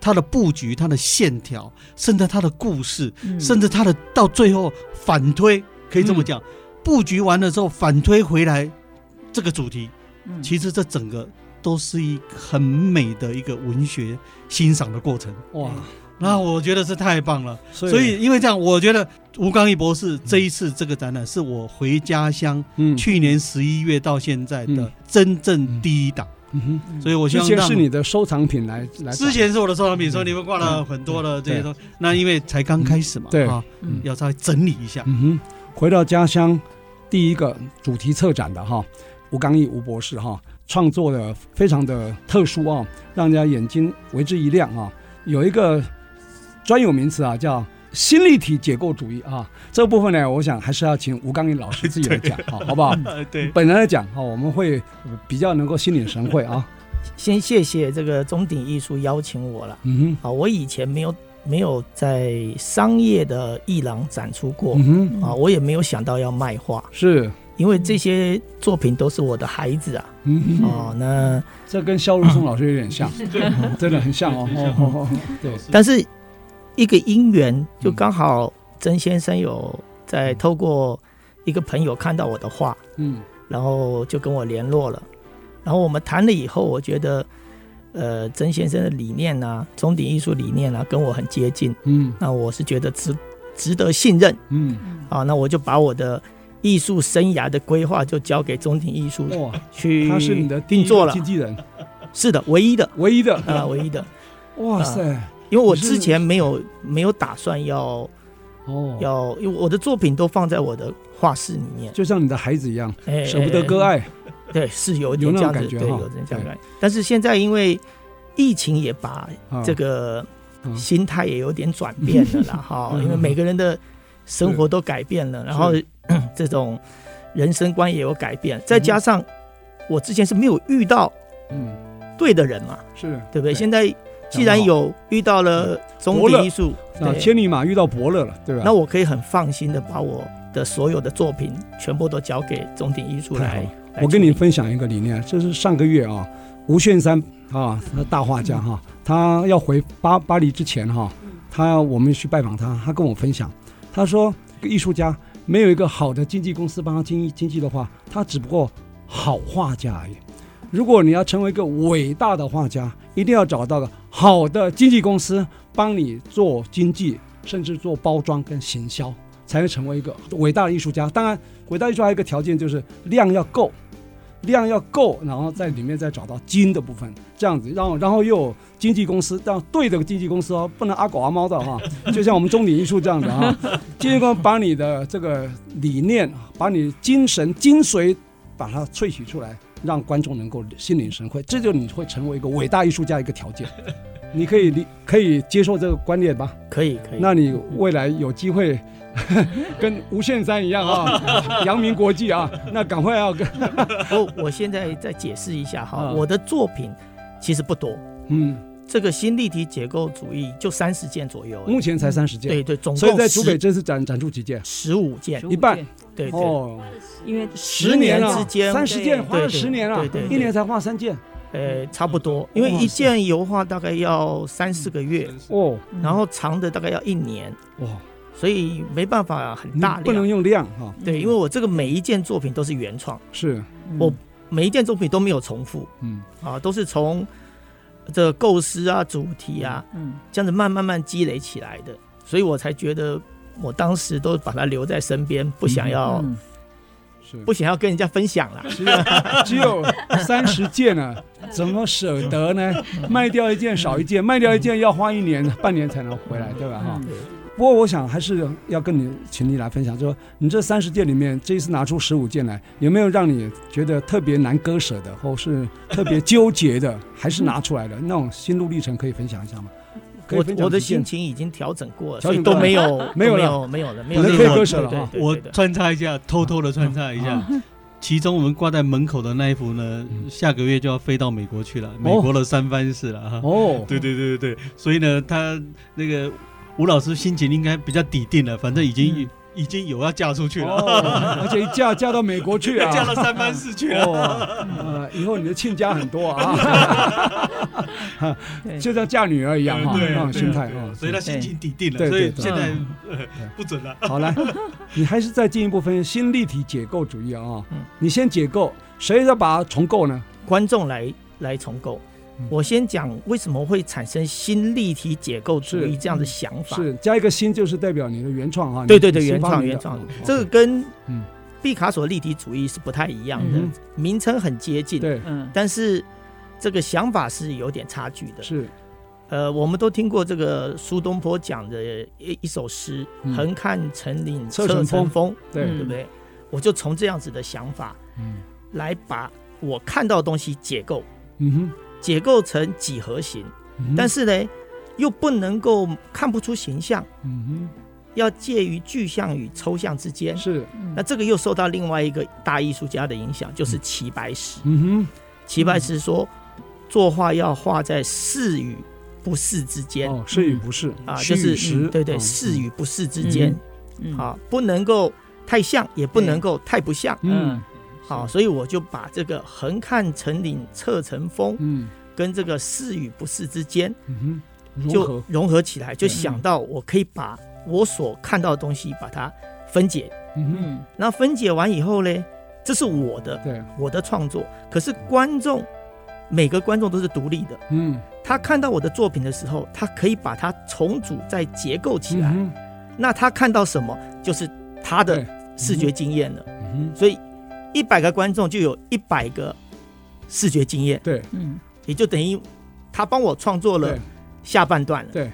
S2: 它的布局、它的线条，甚至它的故事，
S4: 嗯
S2: 甚至它的到最后反推，可以这么讲，布局完了之后反推回来这个主题，
S4: 嗯
S2: 其实这整个都是一个很美的一个文学欣赏的过程。
S1: 哇，
S2: 那
S1: 嗯
S2: 我觉得是太棒了，
S1: 所
S2: 嗯所以因为这样，我觉得吴刚毅博士这一次这个展览是我回家乡、
S1: 嗯
S2: 去年十一月到现在的
S1: 嗯
S2: 真正第一档，
S1: 嗯哼
S2: 所以我希
S1: 之
S2: 望
S1: 前
S2: 让
S1: 是你的收藏品来来找，
S2: 之前是我的收藏品，
S1: 嗯
S2: 所以你们挂了很多的这些
S1: 对
S2: 东西，那因为才刚开始嘛，
S1: 嗯对
S2: 啊
S1: 嗯，
S2: 要稍微整理一下，
S1: 嗯哼，回到家乡，第一个主题策展的哈，吴刚毅吴博士哈，创作的非常的特殊啊，让人家眼睛为之一亮啊。有一个专有名词啊，叫新立体解构主义啊。这部分呢，我想还是要请吴刚毅老师自己来讲啊，好不好？
S2: 呃，对，
S1: 本人来讲哈，我们会呃比较能够心领神会啊。
S5: 先谢谢这个中鼎艺术邀请我了。
S1: 嗯
S5: 啊，我以前没有没有在商业的艺廊展出过
S1: 哼，嗯哼，
S5: 啊，我也没有想到要卖画，
S1: 是，
S5: 因为这些作品都是我的孩子啊。
S1: 嗯哼，
S5: 哦，那
S1: 这跟肖如松老师有点像，真的很像哦。哦哦哦对，
S5: 但是一个因缘，就
S1: 嗯
S5: 刚好曾先生有在透过一个朋友看到我的画，
S1: 嗯
S5: 然后就跟我联络了。然后我们谈了以后，我觉得，呃曾先生的理念啊，钟鼎艺术理念啊，跟我很接近，
S1: 嗯
S5: 那我是觉得值值得信任
S1: 嗯，
S5: 啊，那我就把我的艺术生涯的规划就交给钟鼎艺术
S1: 哇，
S5: 去
S1: 他是你的第一
S5: 定做了，
S1: 经纪人，
S5: 是的，唯一的
S1: 唯一的，
S5: 啊、唯一的，
S1: 哇塞，
S5: 因为我
S1: 你是
S5: 之前没有没有打算要
S1: 哦，
S5: 要，因为我的作品都放在我的画室里面，
S1: 就像你的孩子一样，
S5: 哎
S1: 舍不得割，爱，
S5: 哎对，是有一点
S1: 有那
S5: 这
S1: 种
S5: 样子，
S1: 感觉
S5: 对，
S1: 哈
S5: 有点这样感觉。但是现在因为疫情也把
S1: 啊
S5: 这个
S1: 嗯
S5: 心态也有点转变了 啦，哈、
S1: 嗯
S5: 因为每个人的生活都改变了，然后 这种人生观也有改变，再加上我之前是没有遇到
S1: 嗯，
S5: 对的人嘛，
S1: 是
S5: 对不对？
S1: 对
S5: 现在既然有遇到了中
S1: 伯乐
S5: 鼎艺术，
S1: 啊，
S5: 对
S1: 千里马遇到伯乐了，嗯对吧？啊
S5: 那我可以很放心的把我的所有的作品全部都交给中鼎艺术
S1: 太好
S5: 来
S1: 了。
S5: 来
S1: 我跟你
S5: 处理
S1: 分享一个理念，这是上个月啊，吴炫三啊，他大画家哈、他要回巴巴黎之前哈、他我们去拜访他，他跟我分享，他说艺术家没有一个好的经纪公司帮他经经纪的话，他只不过好画家而已。如果你要成为一个伟大的画家，一定要找到个好的经纪公司帮你做经济，甚至做包装跟行销，才能成为一个伟大的艺术家。当然，伟大艺术家还有一个条件就是量要够，量要够，然后在里面再找到精的部分，这样子，然后然后又有经纪公司，让对的经纪公司哦，不能阿狗阿猫的哈、就像我们中鼎艺术这样子啊，经纪公司把你的这个理念，把你精神精髓，把它萃取出来，让观众能够心领神会，这就你会成为一个伟大艺术家一个条件。你可以理可以接受这个观念吧？
S5: 可以可以，
S1: 那你未来有机会 跟无限三一样啊，阳明国际啊，那赶快要跟
S5: 我我现在再解释一下哈，
S1: 嗯
S5: 我的作品其实不多，
S1: 嗯。
S5: 这个新立体结构主义就三十件左右而已，
S1: 目前才三十件，
S5: 对嗯对，总
S1: 所以
S5: 共
S1: 在竹北
S5: 十
S1: 这次展展出几件？
S5: 十五件，
S1: 一半
S5: 对对，
S1: 哦，
S4: 因为
S5: 十年
S1: 啊
S5: 之间
S1: 三十件
S5: 对
S1: 花了
S5: 对
S1: 十年啊
S5: 对对，对
S1: 一年才画三件嗯
S5: 呃，差不多，因为
S1: 哇
S5: 一
S1: 塞
S5: 件油画大概要三四个月，
S1: 哦，
S5: 然后长的大概要一年，
S1: 哇，
S5: 所以没办法很
S1: 你
S5: 大
S1: 不能
S5: 量。
S1: 用嗯量哈，
S5: 对，因为我这个每一件作品都是原创，
S1: 是，
S5: 我每一件作品都没有重复
S1: 嗯，
S5: 啊，都是从这构思啊、主题啊，
S4: 嗯，
S5: 这样子慢慢慢积累起来的，所以我才觉得我当时都把它留在身边，不想要、
S4: 嗯
S1: 是，
S5: 不想要跟人家分享啦。
S1: 只有只有三十件啊，怎么舍得呢？卖掉一件少一件，卖掉一件要花一年半年才能回来，对吧？哈，
S4: 嗯
S1: 不过我想还是要跟你群里来分享，就说你这三十件里面，这一次拿出十五件来，有没有让你觉得特别难割舍的，或是特别纠结的，还是拿出来的那种心路历程，可以分享一下吗？可以
S5: 我
S1: 分享
S5: 我的
S1: 几件
S5: 心情已经调整过了，
S1: 调
S5: 所
S1: 整
S5: 以
S1: 过
S5: 都
S1: 了
S5: 没有
S1: 没有
S5: 都没
S1: 了
S5: 有没有了，没有
S1: 可
S5: 那
S1: 以
S5: 种
S1: 割舍了啊
S5: 对
S1: 哈
S5: 对对
S2: 我
S5: 对对
S2: 穿插一下，偷偷的穿插一下。其中我们挂在门口的那一幅呢，
S1: 嗯
S2: 下个月就要飞到美国去了，美国的三藩市了哈。
S1: 哦，
S2: 对对对对对，所以呢，他那个吴老师心情应该比较底定了，反正已经、已经有要嫁出去了，
S1: 嗯哦，而且一嫁嫁到美国去 啊，
S2: 嫁到三藩市去了。
S1: 哦，呃，以后你的亲家很多啊， 就像嫁女儿一样哈，
S2: 对
S1: 那种
S2: 对
S1: 心态
S2: 对
S1: 啊。
S2: 所以他心情底定了，
S1: 对
S2: 所
S1: 对
S2: 以
S1: 对
S2: 现在
S4: 嗯
S2: 呃 不准了。
S1: 好来，你还是再进一步分析新立体解构主义啊、
S5: 嗯
S1: 你先解构，谁要把它重构呢？
S5: 观众来来重构
S1: 嗯。
S5: 我先讲为什么会产生新立体解构主义
S1: 是
S5: 这样的想法。
S1: 是加一个新，就是代表你的原创啊。
S5: 对对对，
S1: 你
S5: 原
S1: 新发
S5: 创
S1: 明的
S5: 原创
S1: 嗯，
S5: 这个跟
S1: 嗯
S5: 毕卡索立体主义是不太一样的
S1: 嗯，
S5: 名称很接近，
S1: 对
S4: 嗯
S5: 但是这个想法是有点差距的。
S1: 是
S5: 呃，我们都听过这个苏东坡讲的一一首诗
S1: 嗯
S5: “横看成岭
S1: 侧
S5: 侧
S1: 成嗯
S5: 成峰”，
S1: 对
S5: 对不对？我就从这样子的想法
S1: 嗯
S5: 来把我看到的东西解构，
S1: 嗯哼
S5: 解构成几何形，
S1: 嗯哼，
S5: 但
S1: 是
S5: 是呢，又不能够看不出形象，
S1: 嗯
S5: 要介于具象与抽象之间
S1: 哼。是
S5: 那这个又受到另外一个大艺术家的影响，就是齐白石。
S1: 嗯
S5: 齐白石说，作画要画在是与不是之
S1: 哼，
S5: 间
S1: 哦，是与不是
S5: 啊，
S1: 虚
S5: 就
S1: 与
S5: 是
S1: 实，
S5: 嗯对对，
S1: 嗯
S5: 是与不是之间
S4: 嗯
S5: 啊，不能够太像，也不
S4: 对
S5: 能够太不像
S1: 嗯
S5: 啊，所以我就把这个“横看成岭侧成峰
S1: 嗯”
S5: 跟这个“是与不是”之间
S1: 嗯哼，融
S5: 就
S1: 合
S5: 融合起来，就
S1: 对嗯
S5: 想到我可以把我所看到的东西把它分解，
S1: 嗯哼，
S4: 嗯
S5: 那分解完以后呢，这是我的
S1: 对，
S5: 我的创作，可是观众每个观众都是独立的，
S1: 嗯，
S5: 他看到我的作品的时候，他可以把它重组再结构起来。
S1: 嗯
S5: 那他看到什么，就是他的
S1: 对
S5: 视觉经验了。
S1: 哼嗯哼
S5: 所以，一百个观众就有一百个视觉经验，
S1: 对
S6: 嗯，
S5: 也就等于他帮我创作了
S1: 对
S5: 下半段了，
S1: 对，对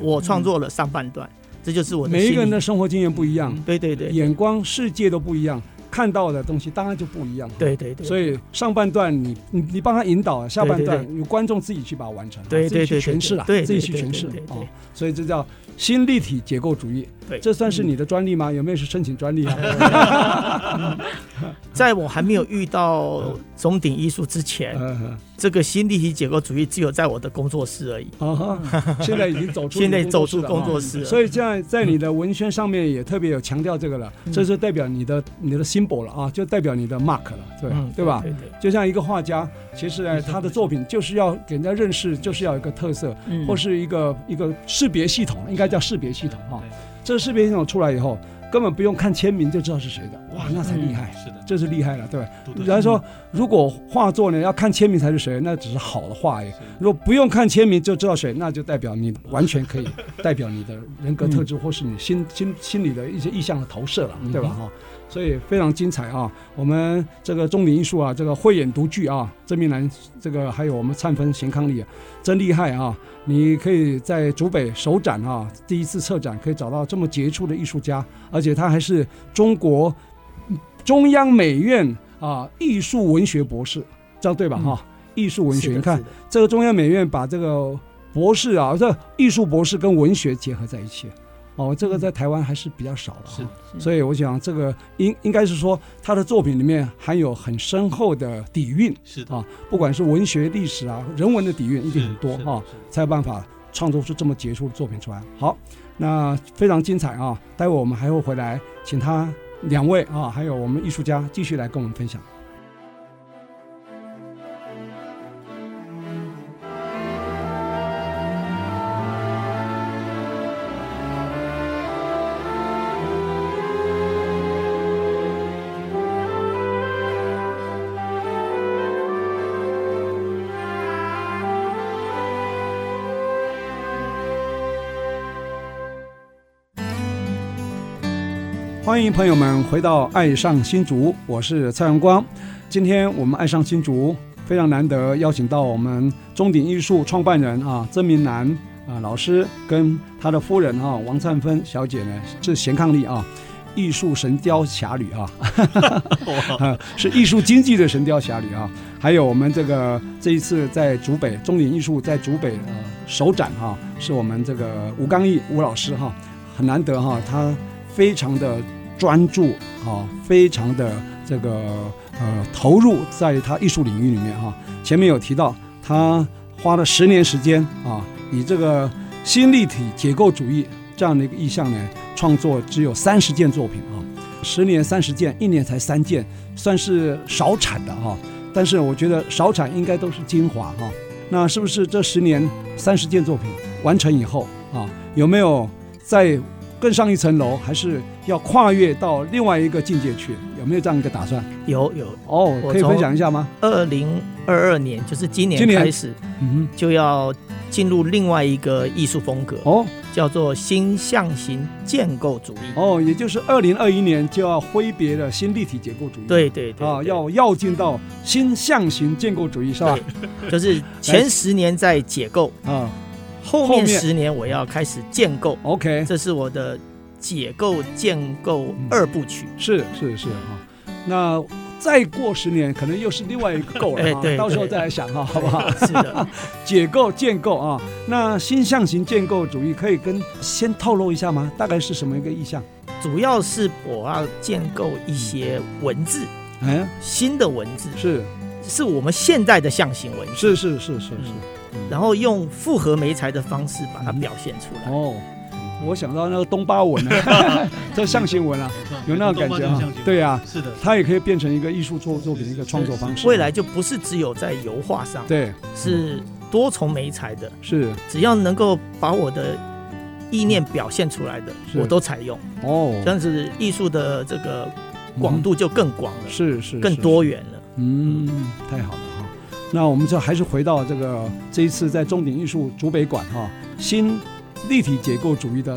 S5: 我创作了上半段，这就是我的
S1: 每一个人
S5: 心
S1: 的
S5: 理
S1: 生活经验不一样，
S5: 对对对
S1: 眼光、世界都不一样，看到的东西当然就不一样。，
S5: 对对对，
S1: 所
S5: 以
S1: 以上半段你你你帮他引导，下半段
S5: 对
S1: 由观众自己去把它完成，
S5: 对对
S1: 自己
S5: 对
S1: 去诠释了，
S5: 对对
S1: 自己去
S5: 对
S1: 诠释
S5: 对对
S1: 啊
S5: 对。
S1: 所以这叫新立体结构主义，
S5: 对嗯
S1: 这算是你的专利吗？有没有去申请专 利啊？
S5: 在我还没有遇到中鼎艺术之前，
S1: 嗯
S5: 这个新立体结构主义只有在我的工作室而已。
S1: 嗯啊 哈，现在已经走出
S5: 现在
S1: 你
S5: 走
S1: 工作
S5: 出
S1: 室了啊
S5: 工作室了，
S1: 所以这样，在你的文宣上面也特别有强调这个了，
S5: 嗯
S1: 这就代表你的你的 symbol 了啊，就代表你的 mark 了，对、
S5: 嗯
S1: 啊对吧？
S5: 对对，
S1: 就像一个画家，其实呢，
S5: 没错
S1: 他的作品就是要给人家认识，就是要有一个特色，
S4: 嗯
S1: 或是一个一个识别系统，应该叫识别系统哈、这识别系统出来以后，根本不用看签名就知道是谁的，哇，那才
S5: 嗯
S1: 厉害，
S2: 是的，
S1: 哎这是厉害了，对吧。
S2: 读
S1: 人
S2: 得
S1: 家说，如果画作呢要看签名才是谁，那只是好的画而已
S2: 是
S1: 如果不用看签名就知道谁，那就代表你完全可以代表你的人格特质，或是你心心心里的一些意向的投射了，对吧？哈、所以非常精彩啊！我们这个中鼎艺术啊，这个慧眼独具啊，郑明兰这个还有我们灿芬贤康里、啊，真厉害啊！你可以在竹北首展啊，第一次策展可以找到这么杰出的艺术家，而且他还是中国中央美院啊艺术文学博士，这样对吧？哈、艺术文学，
S5: 嗯是的
S1: 你看
S5: 是。的
S1: 这个中央美院把这个博士啊，这艺术博士跟文学结合在一起，哦，这个
S5: 嗯
S1: 在台湾还是比较少的哈。所以我想，这个应应该是说，他的作品里面含有很深厚的底蕴，
S2: 是
S1: 啊不管是文学、历史啊、人文的底蕴，一定很多
S2: 是
S1: 哈、
S2: 是是
S1: 才有办法创作出这么杰出的作品出来。好，那非常精彩啊！待会我们还会回来，请他两位啊，还有我们艺术家继续来跟我们分享。欢迎朋友们回到《爱上新竹》，我是蔡荣光。今天我们《爱上新竹》非常难得，邀请到我们中鼎艺术创办人啊曾明南啊老师跟他的夫人啊王灿芬小姐呢是贤伉俪啊。艺术神雕侠侣啊，是艺术经济的神雕侠侣啊，还有我们这个这一次在竹北中鼎艺术在竹北呃首展哈、是我们这个吴刚毅吴老师哈、很难得哈、他非常的专注啊，非常的这个呃投入在他艺术领域里面啊。前面有提到，他花了十年时间啊，以这个新立体结构主义这样的一个意向呢，创作只有三十件作品啊，十年三十件，一年才三件，算是少产的哈、但是我觉得少产应该都是精华哈、那是不是这十年三十件作品完成以后啊，有没有在更上一层楼，还是要跨越到另外一个境界去？有没有这样一个打算？
S5: 有有，
S1: 哦，
S5: 我
S1: 可以
S5: 从
S1: 分享一下吗？
S5: 二零二二年就是今年
S1: 今年
S5: 开始
S1: 嗯
S5: 就要进入另外一个艺术风格，
S1: 哼，哦
S5: 叫做新象形建构主义。
S1: 哦，也就是二零二一年就要挥别了新立体结构主义，
S5: 对对对
S1: 啊，
S5: 对
S1: 要要进到新象形建构主义是吧？
S5: 就是前十年在解构，
S1: 啊
S5: 后
S1: 后面
S5: 面十年我要开始建构，
S1: ，OK，
S5: 这是我的解构建构二部曲。
S1: 是是是啊，那。再过十年，可能又是另外一个够了、啊，
S5: 哎对
S1: 到时候
S5: 对
S1: 再来想啊，好不 好？
S5: 是的，
S1: 解构建构啊，那新象形建构主义可以跟先透露一下吗？大概是什么一个意向？
S5: 主要是我要建构一些文字，
S1: 哎，
S5: 新的文字
S1: 是
S5: 是我们现代的象形文字，
S1: 是是是是是嗯
S5: 嗯。然后用复合媒材的方式把它表现出来。
S1: 哦，我想到那个东巴文 啊，这象形文啊，有那种感觉啊。对呀、啊，
S2: 是的，
S1: 它也可以变成一个艺术作作品的一个创作方式。啊
S5: 未来就不是只有在油画上，
S1: 对
S5: 是多重媒材的，
S1: 是
S5: 只要能够把我的意念表现出来的，
S1: 是
S5: 我都采用。
S1: 哦，
S5: 这样子艺术的这个广度就更广了，
S1: 嗯是是
S5: 更
S1: 是
S5: 多元了。
S1: 嗯，太好了哈。那我们就还是回到这个这一次在中鼎艺术竹北馆哈、新立体结构主义的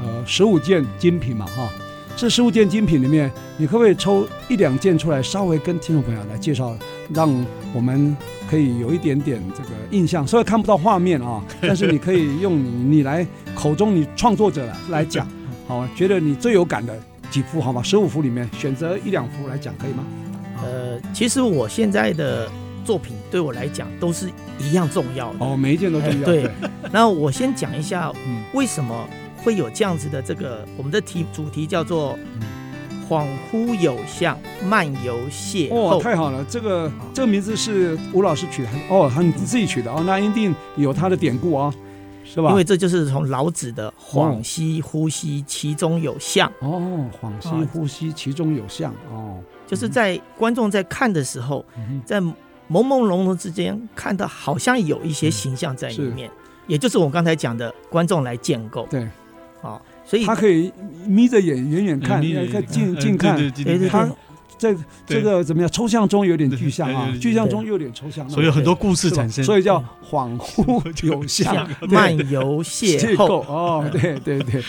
S1: 呃十五件精品嘛哈、这十五件精品里面，你可不可以抽一两件出来，稍微跟听众朋友来介绍，让我们可以有一点点这个印象？虽然看不到画面 啊，但是你可以用你你来口中你创作者来来讲，好吧，觉得你最有感的几幅好吗？十五幅里面选择一两幅来讲，可以吗？
S5: 呃，其实我现在的作品对我来讲都是一样重要的。
S1: 哦，每一件都重要。
S5: 哎对，那我先讲一下
S1: 嗯
S5: 为什么会有这样子的这个，我们的题主题叫做
S1: 嗯
S5: “恍惚有相，漫游邂
S1: 哇、
S5: 逅”
S1: 哦，太好了！这个这个名字是吴老师取的，哦，
S2: 嗯
S1: 他你自己取的哦，那一定有他的典故啊、是吧？
S5: 因为这就是从老子的“恍兮惚兮，其中有象
S1: 哦，恍兮惚兮，其中有象哦，”，
S5: 就是在观众在看的时候，
S1: 嗯
S5: 在朦朦胧胧之间看到好像有一些形象在里面，也就是我刚才讲的观众来建构。
S1: 嗯对，
S5: 啊，所以
S1: 他可以眯着眼远远看，
S2: 嗯
S1: 看近
S2: 嗯
S1: 近看，哎
S2: 对
S5: 对
S2: 对
S5: 对
S2: 对对
S1: 他这这
S2: 对
S1: 个怎么样？抽象中有点具象
S2: 对对
S1: 啊
S2: 对，对
S1: 具象中又有点抽象，
S2: 所以有很多故
S1: 是
S2: 事
S1: 吧
S2: 产生。 嗯
S1: 所以叫恍惚有
S5: 像
S1: 象
S5: 漫游 邂逅，
S1: 哦，对对对，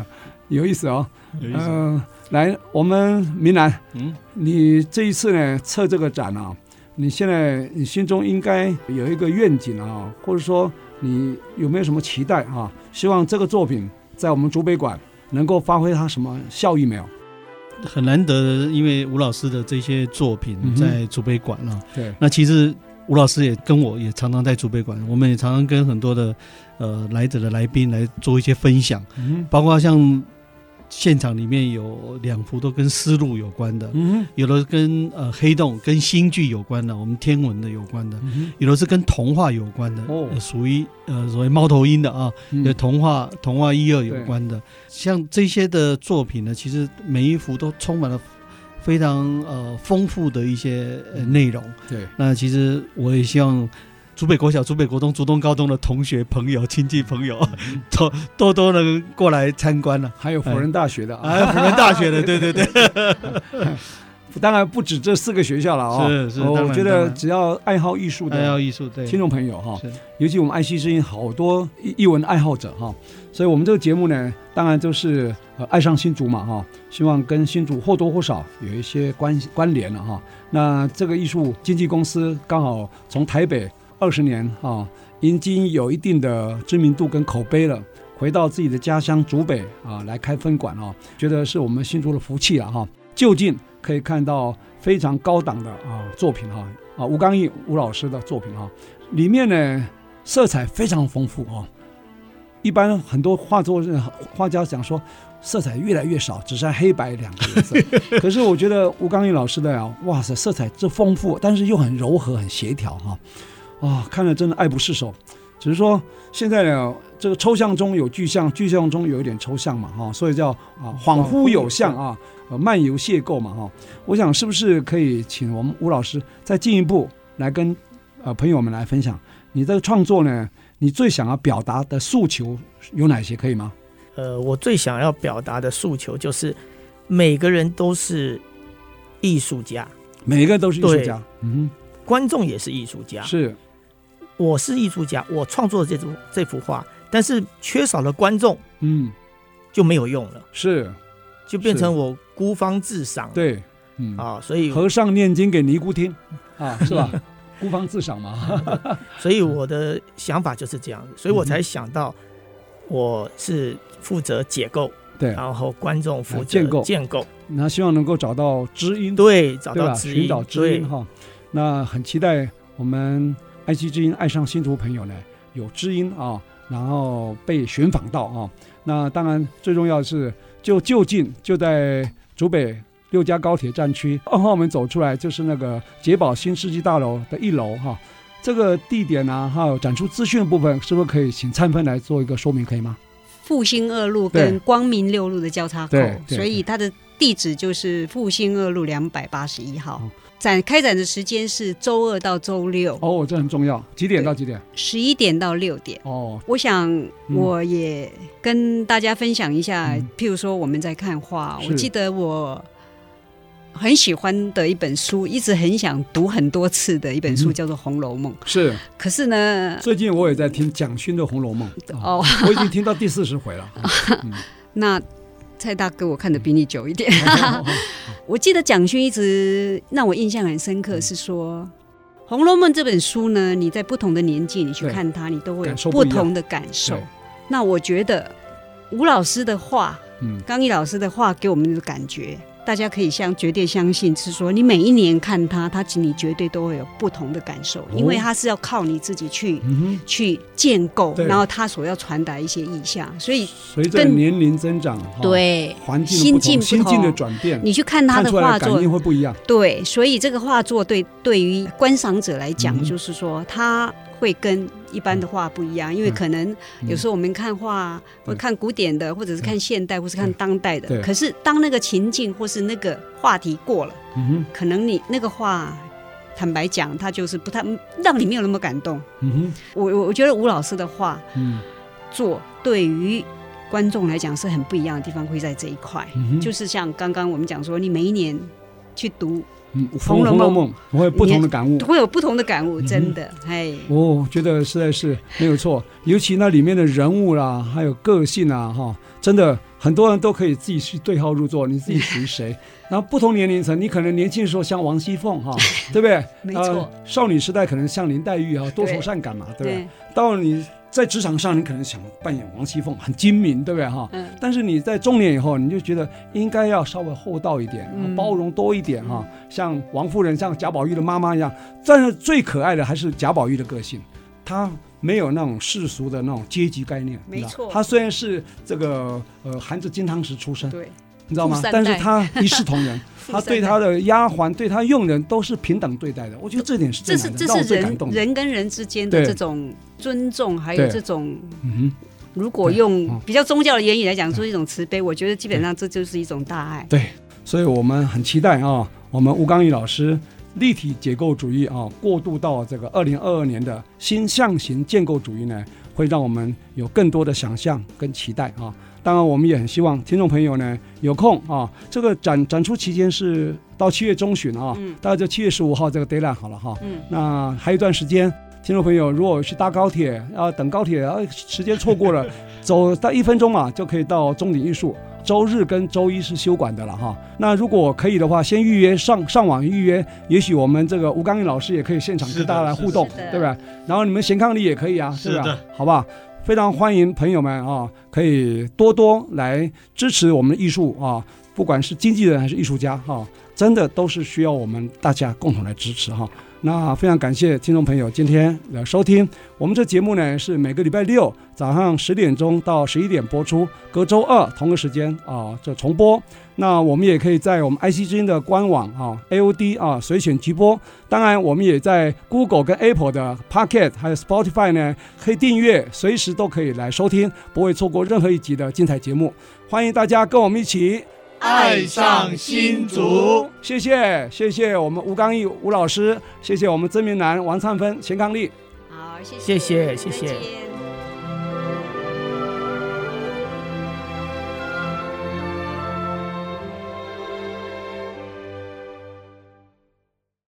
S1: 有意思哦。
S2: 有意思
S1: 嗯、来，我们明兰，
S2: 嗯，
S1: 你这一次呢测这个展啊，你现在你心中应该有一个愿景啊，或者说你有没有什么期待啊？希望这个作品在我们竹北馆能够发挥它什么效益没有？
S2: 很难得，因为吴老师的这些作
S1: 嗯
S2: 品
S1: 哼
S2: 在竹北馆啊，
S1: 对，
S2: 那其实吴老师也跟我也常常在竹北馆，我们也常常跟很多的呃来者的来宾来做一些分享，
S1: 嗯
S2: 包括像现场里面有两幅都跟丝路有关的，
S1: 嗯
S2: 有的跟呃黑洞、跟星剧有关的，我们天文的有关的，
S1: 嗯
S2: 有的是跟童话有关的，
S1: 哦
S2: 呃属于呃所谓猫头鹰的啊，
S1: 嗯
S2: 有童话、童话一二有
S1: 对
S2: 关的，像这些的作品呢，其实每一幅都充满了非常呃丰富的一些呃
S1: 嗯
S2: 内容。
S1: 对，
S2: 那其实我也希望竹北国小、竹北国中、竹东高中的同学、朋友、亲戚朋友，
S1: 嗯
S2: 多多多能过来参观了、
S1: 还有辅仁大学的啊，
S2: 啊。啊，辅仁大学的，对对对，
S1: 当然不止这四个学校了啊、
S2: 是是
S1: 我
S2: 当然
S1: 我觉
S2: 当
S1: 得
S2: 然
S1: 只要爱好艺术
S2: 爱
S1: 的
S2: 好哎艺术对，
S1: 听众朋友哈、
S2: 是
S1: 尤其我们爱惜之音好多艺艺文爱好者哈，所以我们这个节目呢，当然就是呃爱上新竹嘛哈，希望跟新竹或多或少有一些关关联了哈。那这个艺术经纪公司刚好从台北二十年哈，已经有一定的知名度跟口碑了。回到自己的家乡竹北啊，来开分馆啊，觉得是我们新竹的福气了哈。就近可以看到非常高档的啊作品哈啊，吴刚毅吴老师的作品哈，里面呢色彩非常丰富哦。一般很多画作人画家讲说，色彩越来越少，只剩黑白两个颜 色。可是我觉得吴刚毅老师的啊，哇塞，色彩这丰富，但是又很柔和、很协调哈、啊，看了真的爱不释手。只是说现在呢，这个抽象中有具象，具象中有一点抽象嘛哈、所以叫啊恍惚有象啊，呃漫游邂逅嘛哈、我想是不是可以请我们吴老师再进一步来跟呃朋友们来分享？你这个创作呢，你最想要表达的诉求有哪些？可以吗？
S5: 呃，我最想要表达的诉求就是，每个人都是艺术家，
S1: 每一个都是艺术家，嗯
S5: 观众也是艺术家
S1: 哼，。是
S5: 我是艺术家，我创作这幅这幅画，但是缺少了观众
S1: 嗯
S5: 就没有用了，
S1: 是，
S5: 就变
S1: 是
S5: 成我孤芳自赏。
S1: 对，嗯，
S5: 啊，所以
S1: 和尚念经给尼姑听啊，是吧？孤芳自赏嘛，
S5: 所以我的想法就是这样子，
S1: 嗯
S5: 所以我才想到我是负责解构，
S1: 对。
S5: 然后观众负责
S1: 建构
S5: 建构，
S1: 那希望能够找到知音，
S5: 对，找
S1: 对吧？
S5: 到知音
S1: 寻找，知
S5: 对
S1: 音，哈。那很期待我们爱惜之音爱上新竹朋友呢，有知音啊，然后被寻访到啊。那当然最重要的是，就就近就在竹北六家高铁站区二号门走出来，就是那个捷宝新世纪大楼的一楼哈、这个地点呢、还有展出资讯的部分，是不是可以请灿芬来做一个说明，可以吗？
S3: 复兴二路
S1: 对
S3: 跟光明六路的交叉口
S1: 对，对
S3: 所以它的地址就是复兴二路两百八十一号
S1: 哦。
S3: 展开展的时间是周二到周六，
S1: 哦，这很重要，几点到几点？
S3: 十一点到六点。
S1: 哦，
S3: 我想我也跟大家分享一下，
S1: 嗯
S3: 譬如说我们在看画，
S1: 是
S3: 我记得我很喜欢的一本书，一直很想读很多次的一本书，
S1: 嗯
S3: 叫做《红楼梦》。
S1: 是，
S3: 可是呢，
S1: 最近我也在听蒋勋的《红楼梦》 啊，
S3: 哦，
S1: 我已经听到第四十回 了。嗯
S3: 那蔡大哥我看的比你久一点。
S1: 哦
S3: 我记得蒋勋一直让我印象很深
S1: 嗯
S3: 刻，是说《红楼梦》这本书呢，你在不同的年纪你去
S1: 对
S3: 看它，你都会有
S1: 感受不
S3: 不
S1: 一样
S3: 同的感受。
S1: 对
S3: 那我觉得吴老师的话，
S1: 嗯，
S3: 刚毅老师的话给我们的感觉，大家可以相绝对相信，是说你每一年看它，它你绝对都会有不同的感受，因为它是要靠你自己去。
S1: 哦嗯哼，
S3: 去建构，
S1: 对
S3: 然后他所要传达一些意象，所以
S1: 随着
S3: 更
S1: 年龄增长，哈，
S3: 对
S1: 环境的
S3: 心
S1: 不同
S3: 境
S1: 心
S3: 不
S1: 境的
S3: 同，
S1: 转变，
S3: 你去看他
S1: 看
S3: 的
S1: 出来
S3: 画
S1: 的感
S3: 作，
S1: 应会不一样。
S3: 对，所以这个画作对对于观赏者来
S1: 嗯
S3: 讲，就是说他会跟一般的画不一样，因为
S1: 嗯
S3: 可能有时候我们看画，
S1: 对
S3: 会看古典的，或者是看现代，或是看当代
S1: 嗯对
S3: 的。可是当那个情境或是那个话题过了，
S1: 嗯哼，
S3: 可能你那个画，坦白讲，它就是不太让你没有那么感动。
S1: 嗯
S3: 我我我觉得吴老师的画
S1: 哼，嗯
S3: 作对于观众来讲是很不一样的地方，会在这一块，
S1: 嗯哼，
S3: 就是像刚刚我们讲说，你每一年去读
S1: 嗯《
S3: 红
S1: 红
S3: 楼
S1: 楼
S3: 梦
S1: 梦》我会有不同的感悟。
S3: 会有不同的感
S1: 嗯
S3: 悟，真的，哎、
S1: 哦，觉得实在是没有错，尤其那里面的人物啦，还有个性啊，哈，真的很多人都可以自己去对号入座，你自己属于 谁。然后不同年龄层，你可能年轻的时候像王熙凤哈，对不对？
S3: 没错
S1: 呃少女时代可能像林黛玉啊，多愁善感嘛，对不对？
S3: 对，
S1: 到了你在职场上，你可能想扮演王熙凤，很精明，对不对哈？
S3: 嗯，
S1: 但是你在中年以后，你就觉得应该要稍微厚道一点，
S4: 嗯
S1: 包容多一点哈、
S3: 嗯
S1: 像王夫人、像贾宝玉的妈妈一样。但是最可爱的还是贾宝玉的个性，她没有那种世俗的那种阶级概念，你
S3: 没
S1: 知道
S3: 错
S1: 她虽然是这个呃含着金汤匙出生，
S3: 对，
S1: 你知道吗
S3: 富？三代
S1: 但是她一视同 仁，她对她的丫鬟、对她佣人都是平等对待的。我觉得这点是最
S3: 这是
S1: 难的
S3: 这
S1: 让我
S3: 是
S1: 最感
S3: 人
S1: 动的。
S3: 人跟人之间的
S1: 对
S3: 这种尊重，还有
S1: 对
S3: 这种
S1: 嗯哼，
S3: 如果
S1: 对
S3: 用
S1: 嗯
S3: 比较宗教的言语来讲，说一种慈悲，我觉得基本上这就是一种大爱。
S1: 对，所以我们很期待啊，我们吴刚毅老师立体结构主义啊，过渡到这个二零二二年的新象形建构主义呢，会让我们有更多的想象跟期待啊。当然，我们也很希望听众朋友呢有空啊，这个展展出期间是到七月中旬啊，
S3: 嗯
S1: 大概就七月十五号这个 d a y l i n e 好了哈、
S3: 嗯，
S1: 那还有一段时间，听众朋友如果去搭高铁，啊，等高铁，啊，时间错 过了，走到一分钟嘛，就可以到中鼎艺术。周日跟周一是休馆的了哈。那如果可以的话，先预约上上网预约，也许我们这个吴刚毅老师也可以现场
S2: 是的
S1: 跟大家来互动
S3: 是，的
S1: 对不对？然后你们贤伉俪也可以啊，
S2: 是
S1: 对吧
S2: 的？
S1: 好不好？非常欢迎朋友们啊，可以多多来支持我们的艺术啊，不管是经纪人还是艺术家哈、真的都是需要我们大家共同来支持哈、那非常感谢听众朋友今天的收听，我们这节目呢是每个礼拜六早上十点钟到十一点播出，隔周二同个时间啊这重播。那我们也可以在我们 IC 之音的官网啊 AOD 啊随选直播，当然我们也在 Google 跟 Apple 的 Pocket 还有 Spotify 呢可以订阅，随时都可以来收听，不会错过任何一集的精彩节目。欢迎大家跟我们一起。
S2: 爱上新竹。
S1: 谢谢谢谢我们吴刚毅吴老师，谢谢我们曾明南、王灿芬、钱康丽。
S3: 好，谢
S5: 谢谢
S3: 谢
S5: 谢谢
S3: 再见